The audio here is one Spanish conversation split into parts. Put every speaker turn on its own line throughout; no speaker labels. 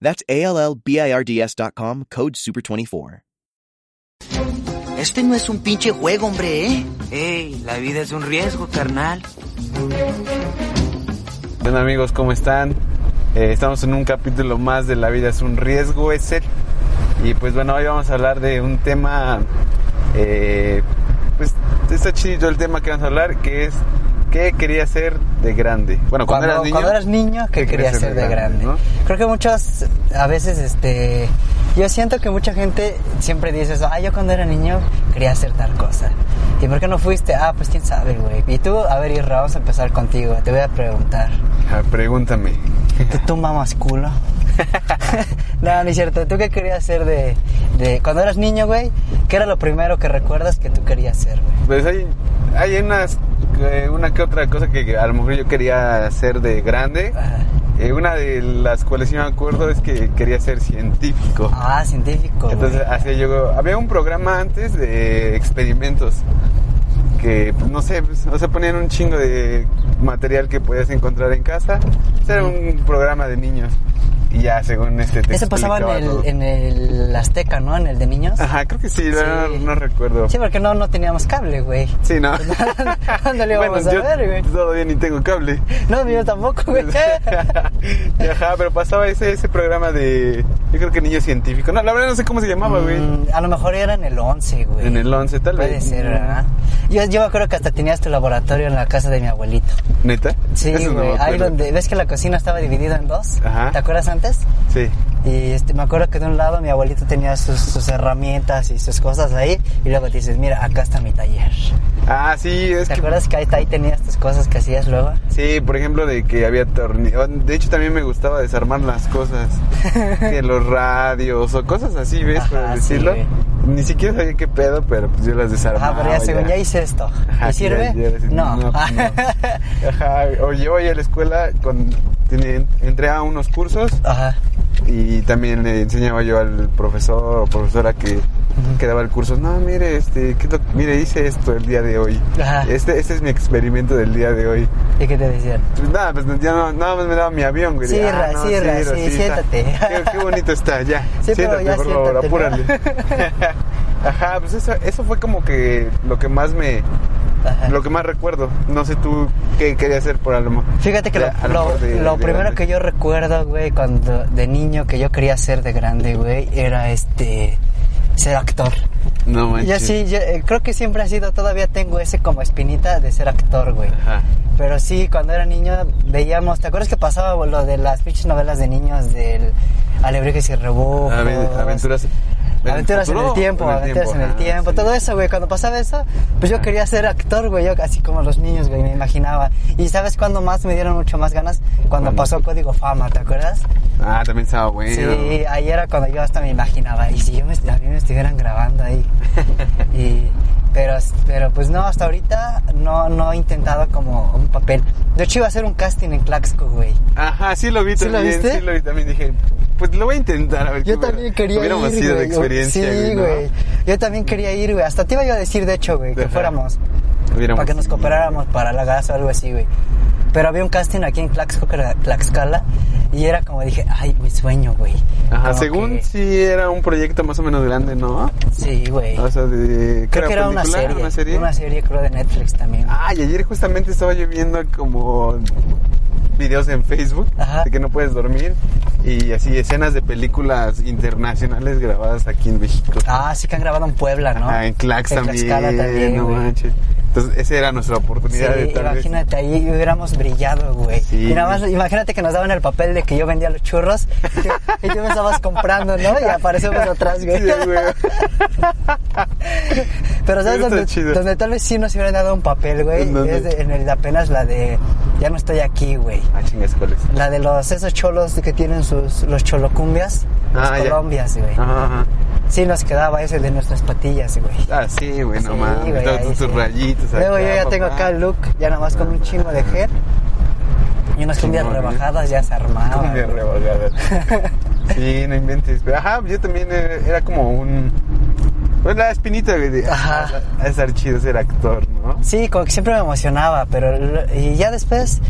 That's ALLBIRDS.com, code SUPER24.
Este no es un pinche juego, hombre, ¿eh? Ey, la vida es un riesgo, carnal.
Bueno amigos, ¿cómo están? Eh, estamos en un capítulo más de La vida es un riesgo, es ser. Y pues bueno, hoy vamos a hablar de un tema, eh, pues está chido el tema que vamos a hablar, que es ¿qué quería ser de grande? Bueno,
cuando,
cuando, eras niño...
cuando eras niño, ¿qué querías ser de grande? Creo que muchos, a veces, este. Yo siento que mucha gente siempre dice eso. Ah, yo cuando era niño quería hacer tal cosa. ¿Y por qué no fuiste? Ah, pues quién sabe, güey. Y tú, a ver, Irra, vamos a empezar contigo. Te voy a preguntar.
¿no? Ah, pregúntame.
¿Tú, tú mamas culo? no, ni cierto. ¿Tú qué querías ser de, de. Cuando eras niño, güey, ¿qué era lo primero que recuerdas que tú querías ser, güey?
Pues hay, hay unas, eh, una que otra cosa que a lo mejor yo quería hacer de grande.
Ajá.
Eh, una de las cuales sí me acuerdo es que quería ser científico.
Ah, científico. güey.
Entonces hacía yo, había un programa antes de experimentos que pues, no sé, pues, o sea, ponían un chingo de material que podías encontrar en casa. O sea, era un programa de niños y ya según este te
Eso pasaba en
explicaba todo.
el, en el Azteca, ¿no? En el de niños.
Ajá, creo que sí, No,
Sí.
no recuerdo.
Sí, porque no, no teníamos cable, güey.
Sí, no.
¿Dónde lo íbamos
bueno,
a
yo
ver, güey?
todavía ni tengo cable.
No, yo tampoco, güey.
Y Ajá, pero pasaba ese, ese programa de. Yo creo que niño científico. No, la verdad no sé cómo se llamaba, güey.
Mm, a lo mejor era en el 11, güey.
En el 11, tal
Puede
vez.
ser,
Mm.
¿verdad? Yo, yo me acuerdo que hasta tenías tu laboratorio en la casa de mi abuelito.
¿Neta?
Sí,
Eso no me
güey. Ahí
acuerdo.
donde, ¿ves que la cocina estaba dividida en dos?
Ajá.
¿Te acuerdas antes?
Sí.
Y este, me acuerdo que de un lado mi abuelito tenía sus, sus herramientas y sus cosas ahí. Y luego te dices, mira, acá está mi taller.
Ah, sí, es
¿Te
que.
acuerdas que ahí, ahí tenías tus cosas que hacías luego?
Sí, por ejemplo, de que había tornillos. De hecho, también me gustaba desarmar las cosas. que los radios o cosas así, ¿ves?
Ajá,
Por
sí,
decirlo.
güey.
Ni siquiera sabía qué pedo, pero pues yo las desarmaba.
Ajá, pero ya según ya hice esto.
Ajá,
¿Me
sí, ya-
sirve?
ya decís,
no.
no, pues, no. Ajá, o yo iba a la escuela, con, tenía- entré a unos cursos
Ajá.
y también le enseñaba yo al profesor o profesora que, que daba el curso, no, mire, este, ¿qué es lo- mire, hice esto el día de hoy.
Ajá.
Este, este es mi experimento del día de hoy.
¿Y qué te decían?
Pues nada, pues ya no, nada más me daba mi avión, güey.
Sí,
Ah,
Ra,
no,
sí, Ra,
Ra,
sí,
está.
siéntate.
Qué, qué bonito está, ya.
Sí, pero
siéntate,
ya
por favor,
siéntate,
apúrale. Ajá, pues eso, eso fue como que lo que más me,
Ajá.
lo que más recuerdo. No sé tú qué querías hacer por algo.
Fíjate que
De-
lo,
a lo
lo-
mejor de-
lo
de
primero
grande.
que yo recuerdo, güey, cuando de niño que yo quería ser de grande, güey, era este ser actor.
No
Yo sí, yo, eh, creo que siempre ha sido, todavía tengo ese como espinita de ser actor, güey.
Ajá.
Pero sí, cuando era niño veíamos, ¿te acuerdas que pasaba lo de las pinches novelas de niños del Alebrijes y Rebujos?
Aven- aventuras.
Aventuras en el
futuro?
tiempo, Ah, aventuras en el
ajá,
tiempo,
Ah, sí.
todo eso, güey. Cuando pasaba eso, pues yo
Ajá.
quería ser actor, güey, yo así como los niños, güey, me imaginaba. Y sabes cuándo más me dieron mucho más ganas? Cuando
¿Cuándo?
pasó Código Fama, ¿te acuerdas?
Ah, también estaba bueno.
Sí, ahí era cuando yo hasta me imaginaba. Y si yo me, a mí me estuvieran grabando ahí. Y- pero, pero pues no, hasta ahorita no, no he intentado como un papel. De hecho iba a hacer un casting en Claxco, güey.
Ajá, sí lo vi
¿Sí lo
también.
viste?
sí lo vi también. Dije, pues lo voy a intentar. A ver
Yo
qué hubiera-
también quería
Hubiéramos
ir,
sido de
güey.
experiencia.
Sí,
¿no?
güey. Yo también quería ir, güey. Hasta te iba yo a decir, de hecho, güey, que
Ajá.
fuéramos.
Hubiéramos
para que nos
ido.
cooperáramos para la gas o algo así, güey. Pero había un casting aquí en Tlaxco- Tlaxcala y era como dije, ay, mi sueño, güey.
Ajá,
Como
según
que-
sí era un proyecto más o menos grande, ¿no?
Sí, güey.
O sea, de.
Creo que era una
Ah, película,
serie,
Una serie. Ah.
creo de Netflix también. güey.
Ay, ayer justamente estaba yo viendo como videos en Facebook
Ajá.
de que no puedes dormir y así escenas de películas internacionales grabadas aquí en México.
Ah, sí que han grabado en Puebla, ¿no?
Ah, en Clax también,
Tlaxcala también,
no
güey.
manches. Entonces, esa era nuestra oportunidad de
Sí,
tal vez-
imagínate, ahí hubiéramos brillado, güey.
Sí.
Y nada más, imagínate que nos daban el papel de que yo vendía los churros y tú, y tú me estabas comprando, ¿no? Y aparecemos atrás, güey.
Sí,
Pero ¿sabes
Está
donde,
chido.
donde tal vez sí nos hubieran dado un papel, güey?
¿En dónde?
Es de- en el de apenas la de Ya no estoy aquí, güey.
Ah, chingas, ¿cuál es?
La de los esos cholos que tienen sus los cholocumbias,
Ah,
las
ya. Ah.
colombias, güey.
Ajá, ajá.
sí nos quedaba ese de nuestras patillas, güey.
Ah, sí, güey, no
Sí,
mames.
güey,
todos
ahí
tus
sí.
rayitos.
Luego yo ya
papá.
tengo acá el look, ya nada más con un chingo de head y unas cumbias
Chingón, ¿eh?
rebajadas ya se armaba.
Cumbia
güey.
rebajada. sí, no inventes. Pero, ajá, yo también era, era como un. Pues la espinita, güey. De,
Ajá.
a estar chido ser actor, ¿no?
Sí, como que siempre me emocionaba, pero lo- y ya después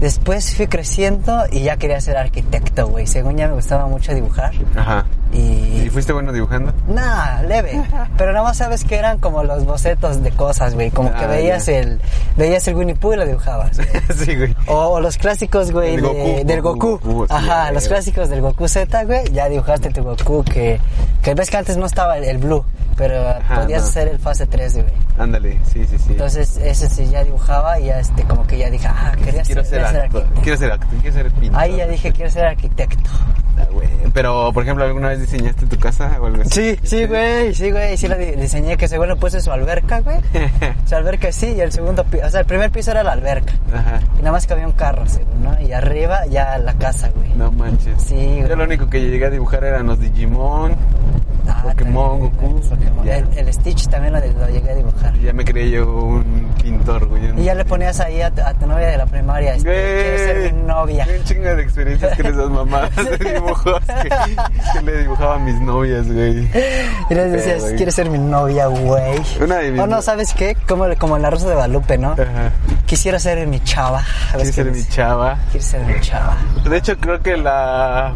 después fui creciendo y ya quería ser arquitecto, güey. Según ya me gustaba mucho dibujar
Ajá. ¿Y
y
fuiste bueno dibujando?
Nah, leve. Pero nada más sabes que eran como los bocetos de cosas, güey. Como que
Ah,
veías
ya.
el veías el Winnie Pooh y lo dibujabas. güey.
sí, güey.
O, o los clásicos, güey,
El
de-
Goku,
del
Goku,
Goku.
Goku, sí,
Ajá,
güey.
los clásicos del Goku Z, güey. Ya dibujaste tu Goku que, que ves que antes no estaba el, el blue, pero
Ajá,
podías
no.
hacer el fase 3, güey.
Ándale, sí, sí, sí.
Entonces, ese sí ya dibujaba y ya este, como que ya dije, ah, quería
quiero
ser,
ser
quería ser
actor.
arquitecto.
Quiero ser actor. Quiero ser pintor.
Ahí ya dije, quiero ser arquitecto.
Ah, güey. Pero, por ejemplo, ¿alguna vez diseñaste tu casa o algo así?
Sí, sí, güey, sí, güey, sí la di- diseñé, que según le puse su alberca, güey. Su alberca sí, y el segundo piso, o sea, el primer piso era la alberca.
Ajá.
Y nada más que había un carro, según, ¿no? Y arriba ya la casa, güey.
No manches.
Sí, güey.
Yo lo único que llegué a dibujar eran los Digimon.
Ah,
Pokémon,
también,
Goku,
el Pokémon.
ya.
El, el Stitch también lo, lo llegué a dibujar.
Y ya me creía yo un pintor, güey.
Y ya le ponías ahí a, tu- a tu novia de la primaria, este, quieres ser mi novia.
Un chingo de experiencias con esas mamás de dibujos que, que le dibujaba a mis novias, güey.
Y les decías,
güey.
quieres ser mi novia, güey.
Una de mis-
O no, ¿sabes qué? Como, como en la Rosa de Guadalupe, ¿no?
Ajá.
Quisiera ser mi chava. A ver
Quise
qué
ser mi
dice.
chava.
Quisiera ser mi chava.
De hecho, creo que la.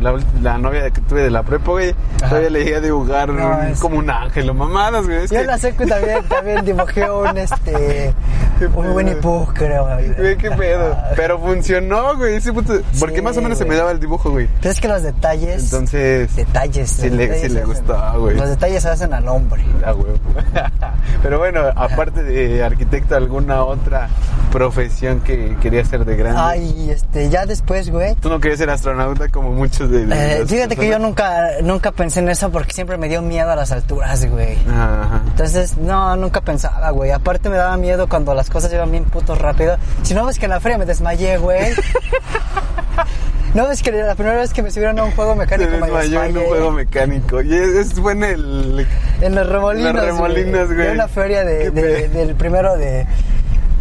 La, la novia que tuve de la prepa, güey,
Ajá.
todavía le llegué a dibujar
No,
un-
es-
como un ángel o mamadas, güey. Es
Yo
que-
en la secu también, también dibujé un, este,
Qué
un
pedo.
Winnie Pooh, creo.
Güey, qué pedo. Pero funcionó, güey. ese puto- Porque
Sí,
más o menos se me
güey.
daba el dibujo, güey.
Pero es que los detalles...
Entonces.
Detalles.
Sí
los
le-
detalles
sí le
hacen-
gustaba, güey.
Los detalles hacen al hombre.
Ah, güey. Pero bueno, aparte de arquitecto, ¿alguna otra profesión que quería ser de grande?
Ay, este, ya después, güey.
Tú no querías ser astronauta como muchos de.
eh,
las
fíjate que yo
personas?
nunca, nunca pensé en eso porque siempre me dio miedo a las alturas, güey.
Ajá, ajá.
Entonces, no, nunca pensaba, güey. Aparte me daba miedo cuando las cosas iban bien putos rápido. Si no ves que en la feria me desmayé, güey. no ves que la primera vez que me subieron a un juego
Se
mecánico me
desmayó en un
desmayé.
juego mecánico. Y es, es- fue en el.
En los remolinos.
Los remolinos, güey.
De una feria de,
Qué
de-
pe-
del primero de...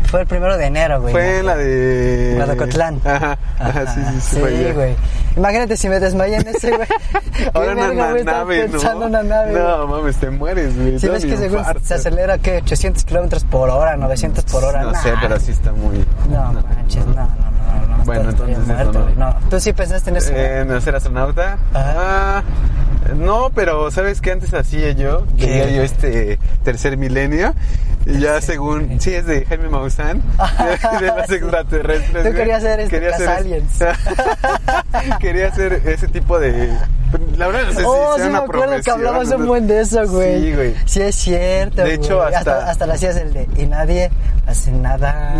Fue el primero de enero, güey.
Fue en la de.
Guadacotlán.
Ajá, ajá, sí, sí, sí. fue allá.
Ah, güey. Imagínate si me desmayé en ese, güey.
Ahora
Qué
una,
verga, güey, estaba
nave, ¿no?
pensando en una nave, güey.
no, mames, te mueres, güey.
Si
Todo
ves que
mi
según
infarto.
se acelera, ¿qué? 800 kilómetros por hora, 900 por hora.
No
Nah.
sé, pero sí está muy.
No, manches, no, no, no. no, no
Bueno,
estaría
entonces
muerto,
eso no.
güey, no. Tú sí pensaste en eso. güey?
Eh, ¿no ser astronauta?
Ajá.
Ah, no, pero ¿sabes qué antes hacía yo?
¿Qué?
Llegué yo este tercer milenio. Y ya según... Sí, es de Jaime Maussan. De, de los
Sí.
extraterrestres.
Tú
güey.
querías ser, este,
Quería
las aliens.
quería hacer ese tipo de... La verdad no sé si
oh,
sea
sí me
una
acuerdo que
profesión,
hablabas un
¿no?
buen de eso, güey.
Sí, güey.
Sí, es cierto.
De hecho,
güey.
hasta-
hasta. le hacías el de. Y nadie hace nada.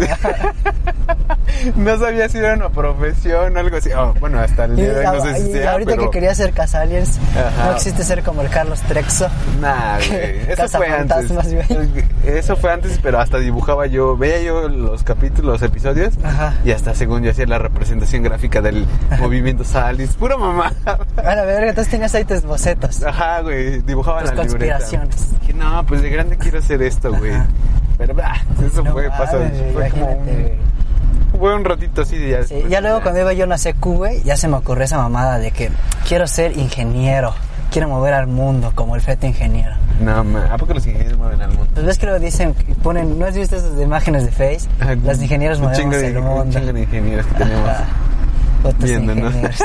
No sabía si era una profesión o algo así. Ah, bueno, hasta el
y,
día de hoy no sé si
y
sea,
ahorita
pero-
que quería ser Casaliens,
Ajá.
no existe ser como el Carlos Trexo.
Nah, güey. Eso fue
Cazafantasmas,
antes.
güey.
Eso fue antes, pero hasta dibujaba yo. Veía yo los capítulos, los episodios.
Ajá.
Y hasta según yo hacía la representación gráfica del movimiento Salis. Pura mamá.
A la verga, entonces tenías ahí tus bocetos.
Ajá, güey. Dibujaba
Tus
Ah, la libreta.
conspiraciones.
Dije, no, pues de grande quiero hacer esto, güey.
Ajá.
Pero bah, eso
No
fue
mames,
pasado.
güey,
Fue como
imagínate,
un,
güey.
fue un ratito así de ya.
Sí,
después
ya luego
ya.
cuando iba yo en la secu, güey, ya se me ocurrió esa mamada de que quiero ser ingeniero, quiero mover al mundo como el feto ingeniero.
No, ma, ¿a poco los ingenieros mueven al mundo?
Pues ves que lo dicen, ponen, ¿no has visto esas de imágenes de Face?
Ah,
Las ingenieros
Un chingo
movemos
de-
el
Un
mundo.
chingo de ingenieros que tenemos.
Ajá. Otros
viendo, ¿no?
ingenieros.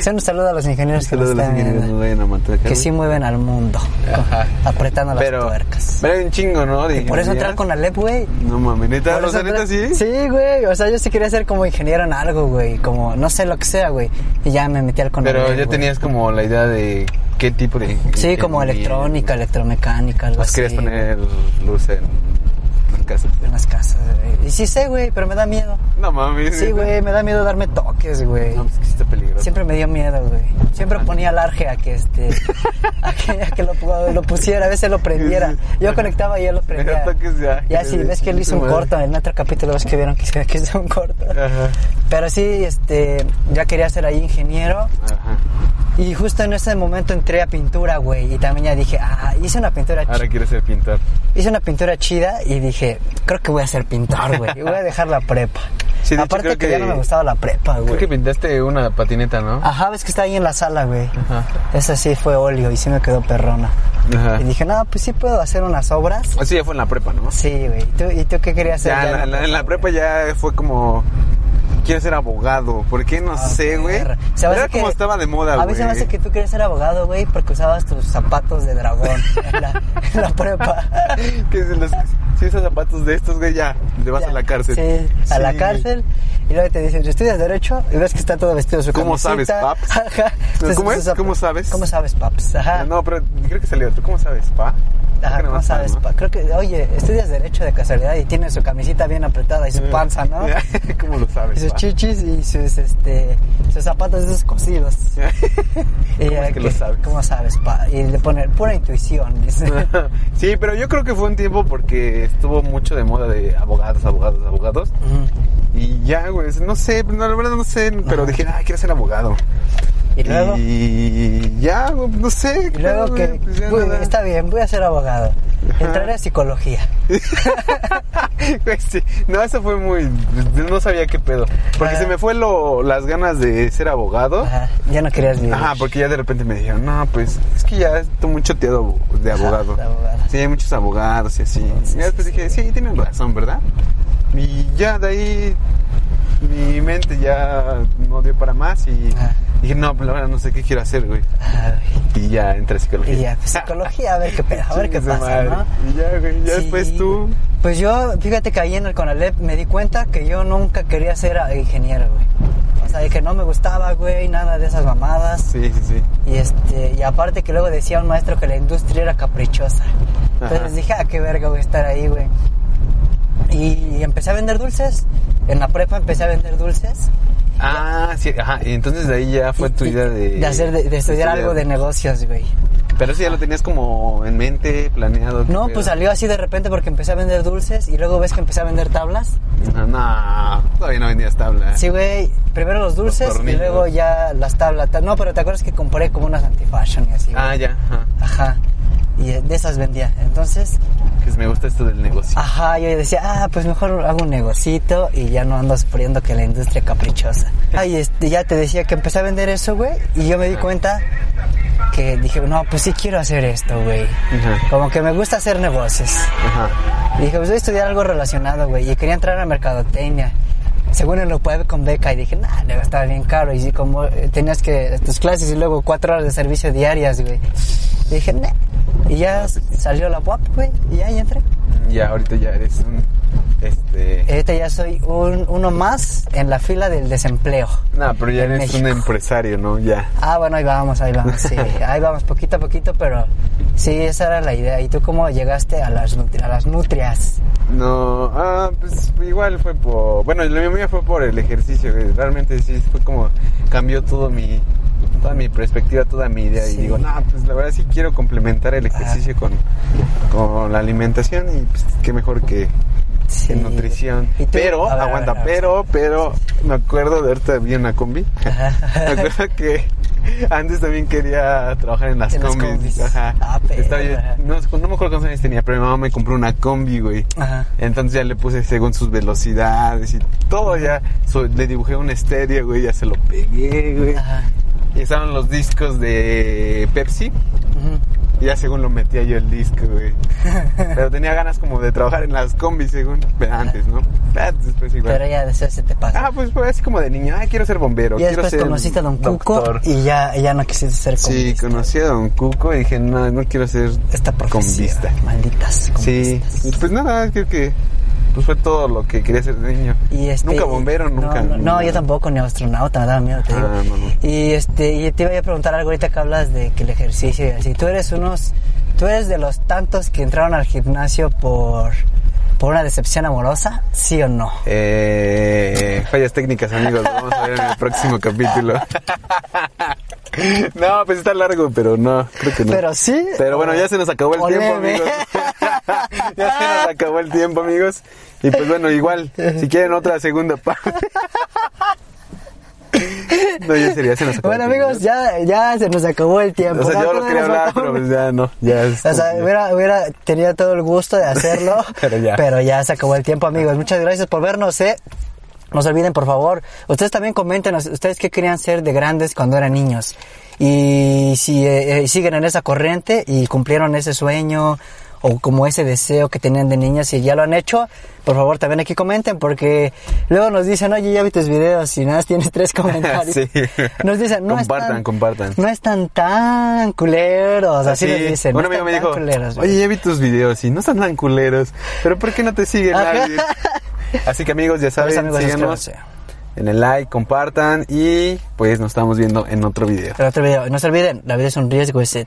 Se nos saluda a los ingenieros que nos
Saludos a
están
los ingenieros, nos
viendo,
vayan a matar.
que sí mueven al mundo,
Ajá.
apretando las tuercas.
Pero hay un chingo, ¿no? De
Por eso entrar
ingenierías.
con Alep, güey.
No mames, neta,
Por
o
eso
sea, neta,
entré-
Ah, sí.
Sí, güey. O sea, yo sí quería ser como ingeniero en algo, güey. Como, no sé lo que sea, güey. Y ya me metí al conocer.
Pero ya tenías como la idea de qué tipo de.
Sí, como electrónica, electromecánica, algo
Más
así.
Pues querías poner luz en las casas.
En las casas, güey. Y sí sé, güey, pero me da miedo.
No mames.
Sí, güey, me da miedo darme toques, güey.
No, pues que sí está peligroso.
Siempre me dio miedo, güey. Siempre ponía al arge a que este. a que, a que lo, lo pusiera, a veces lo prendiera. Yo conectaba y él lo prendía.
Era toques de arge,
Ya, sí,
güey.
ves que él hizo un
Madre.
corto. En otro capítulo, ves que vieron que, que hizo un corto.
Ajá.
Pero sí, este, ya quería ser ahí ingeniero
Ajá.
Y justo en ese momento entré a pintura, güey. Y también ya dije, ah, hice una pintura
Ahora
chida.
quiero ser pintor.
Hice una pintura chida y dije, creo que voy a ser pintor, güey. Y Voy a dejar la prepa.
Sí, de hecho,
Aparte
creo
que, ya
que-
no me gustaba la prepa,
Creo
güey.
que pintaste una patineta, ¿no?
Ajá, ves que está ahí en la sala, güey.
Ajá.
Esa sí fue óleo y sí me quedó perrona.
Ajá.
Y dije, no, pues sí puedo hacer unas obras.
Así ya fue en la prepa, ¿no?
Sí, güey. ¿Tú- ¿Y tú qué querías hacer?
Ya, en la- en la, en la prepa ya fue como. Quiero ser abogado. ¿Por qué? No
Ah,
sé, güey.
perra. Se me
Era
hace que-
como estaba de moda, güey.
A mí se me hace que tú querías ser abogado, güey, porque usabas tus zapatos de dragón en la, en la prepa.
Que se los- si usas zapatos de estos, güey, ya. Te vas
Ya.
a la cárcel.
Sí, a la
Sí,
cárcel. Y luego te dicen, ¿estudias Derecho? Y ves que está todo vestido de su
¿Cómo
camiseta.
sabes, paps?
Ajá.
¿Cómo
Sus-
es?
sus zap-
¿Cómo sabes?
¿Cómo sabes, paps? Ajá.
güey. No, pero creo que salió. ¿Tú cómo sabes, pa? Creo
Ajá,
que
¿cómo
nomás pa,
sabes?
¿no?
pa? Creo que, oye, estudias Derecho de casualidad y tiene su camisita bien apretada y su panza, ¿no?
¿Cómo lo
Y
sabes,
sus
pa?
chichis y sus, este, sus zapatos esos cosidos. Y,
¿Cómo es
eh,
que lo sabes?
¿Cómo sabes, pa? Y le pone pura intuición. dice.
sí, pero yo creo que fue un tiempo porque estuvo mucho de moda de abogados, abogados, abogados.
Ujú.
Y ya, güey, no sé, no, la verdad no sé, pero dije, ah, quiero ser abogado.
Y luego...
Y ya, güey, no sé.
Y luego
claro,
que,
güey, pues ya
"Uy,
nada".
está bien, voy a ser abogado.
Ajá.
Entraré a psicología.
Güey, sí. No, eso fue muy. No sabía qué pedo. Porque
Ajá.
se me fue lo, las ganas de ser abogado.
Ajá, ya no querías vivir.
Ajá, porque ya de repente me dijeron, no, pues es que ya estoy muy choteado de abogado.
de abogado.
Sí, hay muchos abogados y así.
Sí,
y después
sí,
dije, sí, tienen razón, ¿verdad? Y ya de ahí mi mente ya no dio para más y
Ajá.
dije, no, pues la verdad no sé qué quiero hacer, güey.
Ay,
Y ya entré a psicología.
y ya, pues, psicología, a ver qué, pe- a ver qué
Chingue su
pasa,
madre.
¿no?
Y ya, güey, ya
Sí,
después tú.
güey. Pues yo, fíjate que ahí en el Conalep me di cuenta que yo nunca quería ser ah, ingeniero, güey. O sea, de que no me gustaba, güey, nada de esas mamadas.
Sí, sí, sí.
Y, este, y aparte que luego decía un maestro que la industria era caprichosa. Entonces
Ajá.
dije, ah, qué verga voy a estar ahí, güey. Y, empecé a vender dulces. En la prepa empecé a vender dulces.
Ah, sí, ajá. Y entonces de ahí ya fue tu
Y-
idea de.
de hacer, de, de estudiar algo de negocios, güey.
Pero eso ya lo tenías como en mente, planeado. ¿qué
No,
pedo?
pues salió así de repente porque empecé a vender dulces y luego ves que empecé a vender tablas.
No, no, todavía no vendías tabla.
Sí, güey, primero los dulces y
tornillos.
luego ya las tablas. Ta- No, pero te acuerdas que compré como unas anti-fashion y así. güey?
Ah, ya, ajá.
Ajá. Y eh, de esas vendía. Entonces,
Que me gusta esto del negocio.
ajá, yo decía, ah, pues mejor hago un negocito y ya no ando sufriendo que la industria caprichosa. Ay, este, ya te decía que empecé a vender eso, güey, y yo me di cuenta que dije, no, pues sí quiero hacer esto, güey.
Ajá.
Como que me gusta hacer negocios.
Ajá.
Y dije, pues voy a estudiar algo relacionado, güey. Y quería entrar a mercadotecnia. Según en lo puede con beca. Y dije, nah, luego estaba bien caro. Y sí, como eh, tenías que tus clases y luego cuatro horas de servicio diarias, güey. Y dije, nah. Y ya s- salió la UAP, güey. Y ahí entré.
Ya, ahorita ya eres un. Este.
Ahorita ya soy un- uno más en la fila del desempleo.
No, pero ya
en
eres un
México.
empresario, ¿no? Ya.
Ah, bueno, ahí vamos, ahí vamos, sí. Ahí vamos, poquito a poquito, pero sí, esa era la idea. ¿Y tú cómo llegaste a las, nutri- a las nutrias?
No, ah, pues igual fue por. Bueno, la mía fue por el ejercicio, güey. Realmente sí, fue como. Cambió todo mi. Toda mi perspectiva, toda mi idea.
Sí. Ah.
Y digo, no, pues la verdad sí quiero complementar el ejercicio con, con la alimentación. Y pues qué mejor que,
Sí.
que nutrición.
¿Y tú?
Pero,
A ver, a ver,
aguanta,
a ver.
pero, pero. Me acuerdo de ahorita vi una combi.
Ajá.
Me acuerdo que antes también quería trabajar en las
En las
combis.
combis.
Ajá.
Ah, pero.
Estaba yo- no, no me acuerdo cuántos años tenía, pero mi mamá me compró una combi, güey.
Ajá.
Entonces ya le puse según sus velocidades y todo ya. So- le dibujé un estéreo, güey, ya se lo pegué, güey.
Ajá.
Y estaban los discos de Pepsi.
Ujú.
Y ya según lo metía yo el disco, güey. Pero tenía ganas como de trabajar en las combis, según. Pero antes, ¿no? Ah, Después igual.
Pero ya después se te pasa.
Ah, pues fue así como de niño. Ah, quiero ser bombero.
y
quiero
después
ser
conociste a Don Cuco
doctor.
y ya, ya no quisiste ser
Sí,
comunista.
conocí a Don Cuco y dije, no, no quiero ser
esta profesión.
combista.
Malditas
Sí,
combistas.
pues nada, creo que pues fue todo lo que quería ser de niño.
Y este,
nunca bombero,
no,
nunca.
No, no, yo tampoco, ni astronauta, me daba miedo, te digo.
Ah, no, no.
Y, este, y te iba a preguntar algo ahorita que hablas de que el ejercicio y así. Tú eres unos. Tú eres de los tantos que entraron al gimnasio por, por una decepción amorosa, ¿sí o no?
Eh, fallas técnicas, amigos. lo Vamos a ver en el próximo capítulo. no, pues está largo, pero no, creo que no.
Pero sí.
Pero bueno, ya se nos acabó el
O
tiempo,
leve.
amigos. ya se nos acabó el tiempo, amigos. Y pues bueno, igual, si quieren otra segunda parte. No, ya sería, se nos acabó
Bueno,
el tiempo.
amigos, ya, ya se nos acabó el tiempo.
O sea,
¿no?
yo
Creo
lo
que
quería
nos
hablar,
faltó
pero
una-
pues ya no. Ya es
O sea,
como-
hubiera, hubiera tenido todo el gusto de hacerlo,
Pero ya.
se acabó el tiempo, amigos. Muchas gracias por vernos, eh. No se olviden, por favor. Ustedes también coméntenos, ustedes qué querían ser de grandes cuando eran niños. Y si eh, eh, siguen en esa corriente y cumplieron ese sueño o como ese deseo que tenían de niños, si ya lo han hecho, por favor también aquí comenten porque luego nos dicen, oye, ya vi tus videos y nada, tienes tres comentarios.
Sí.
Nos dicen, no
Compartan,
están,
compartan.
No están tan culeros, así
Sí,
les dicen.
Un
no
amigo
están
me
tan
dijo,
culeros, güey".
oye, ya vi tus videos y no están tan culeros, pero ¿por qué no te siguen?
Ajá.
nadie?" Así que amigos, ya
Pues,
saben,
amigos,
síganos
suscríbanse.
en el like, compartan y pues nos estamos viendo en otro video.
Pero otro video, no se olviden, la vida es un riesgo, ese...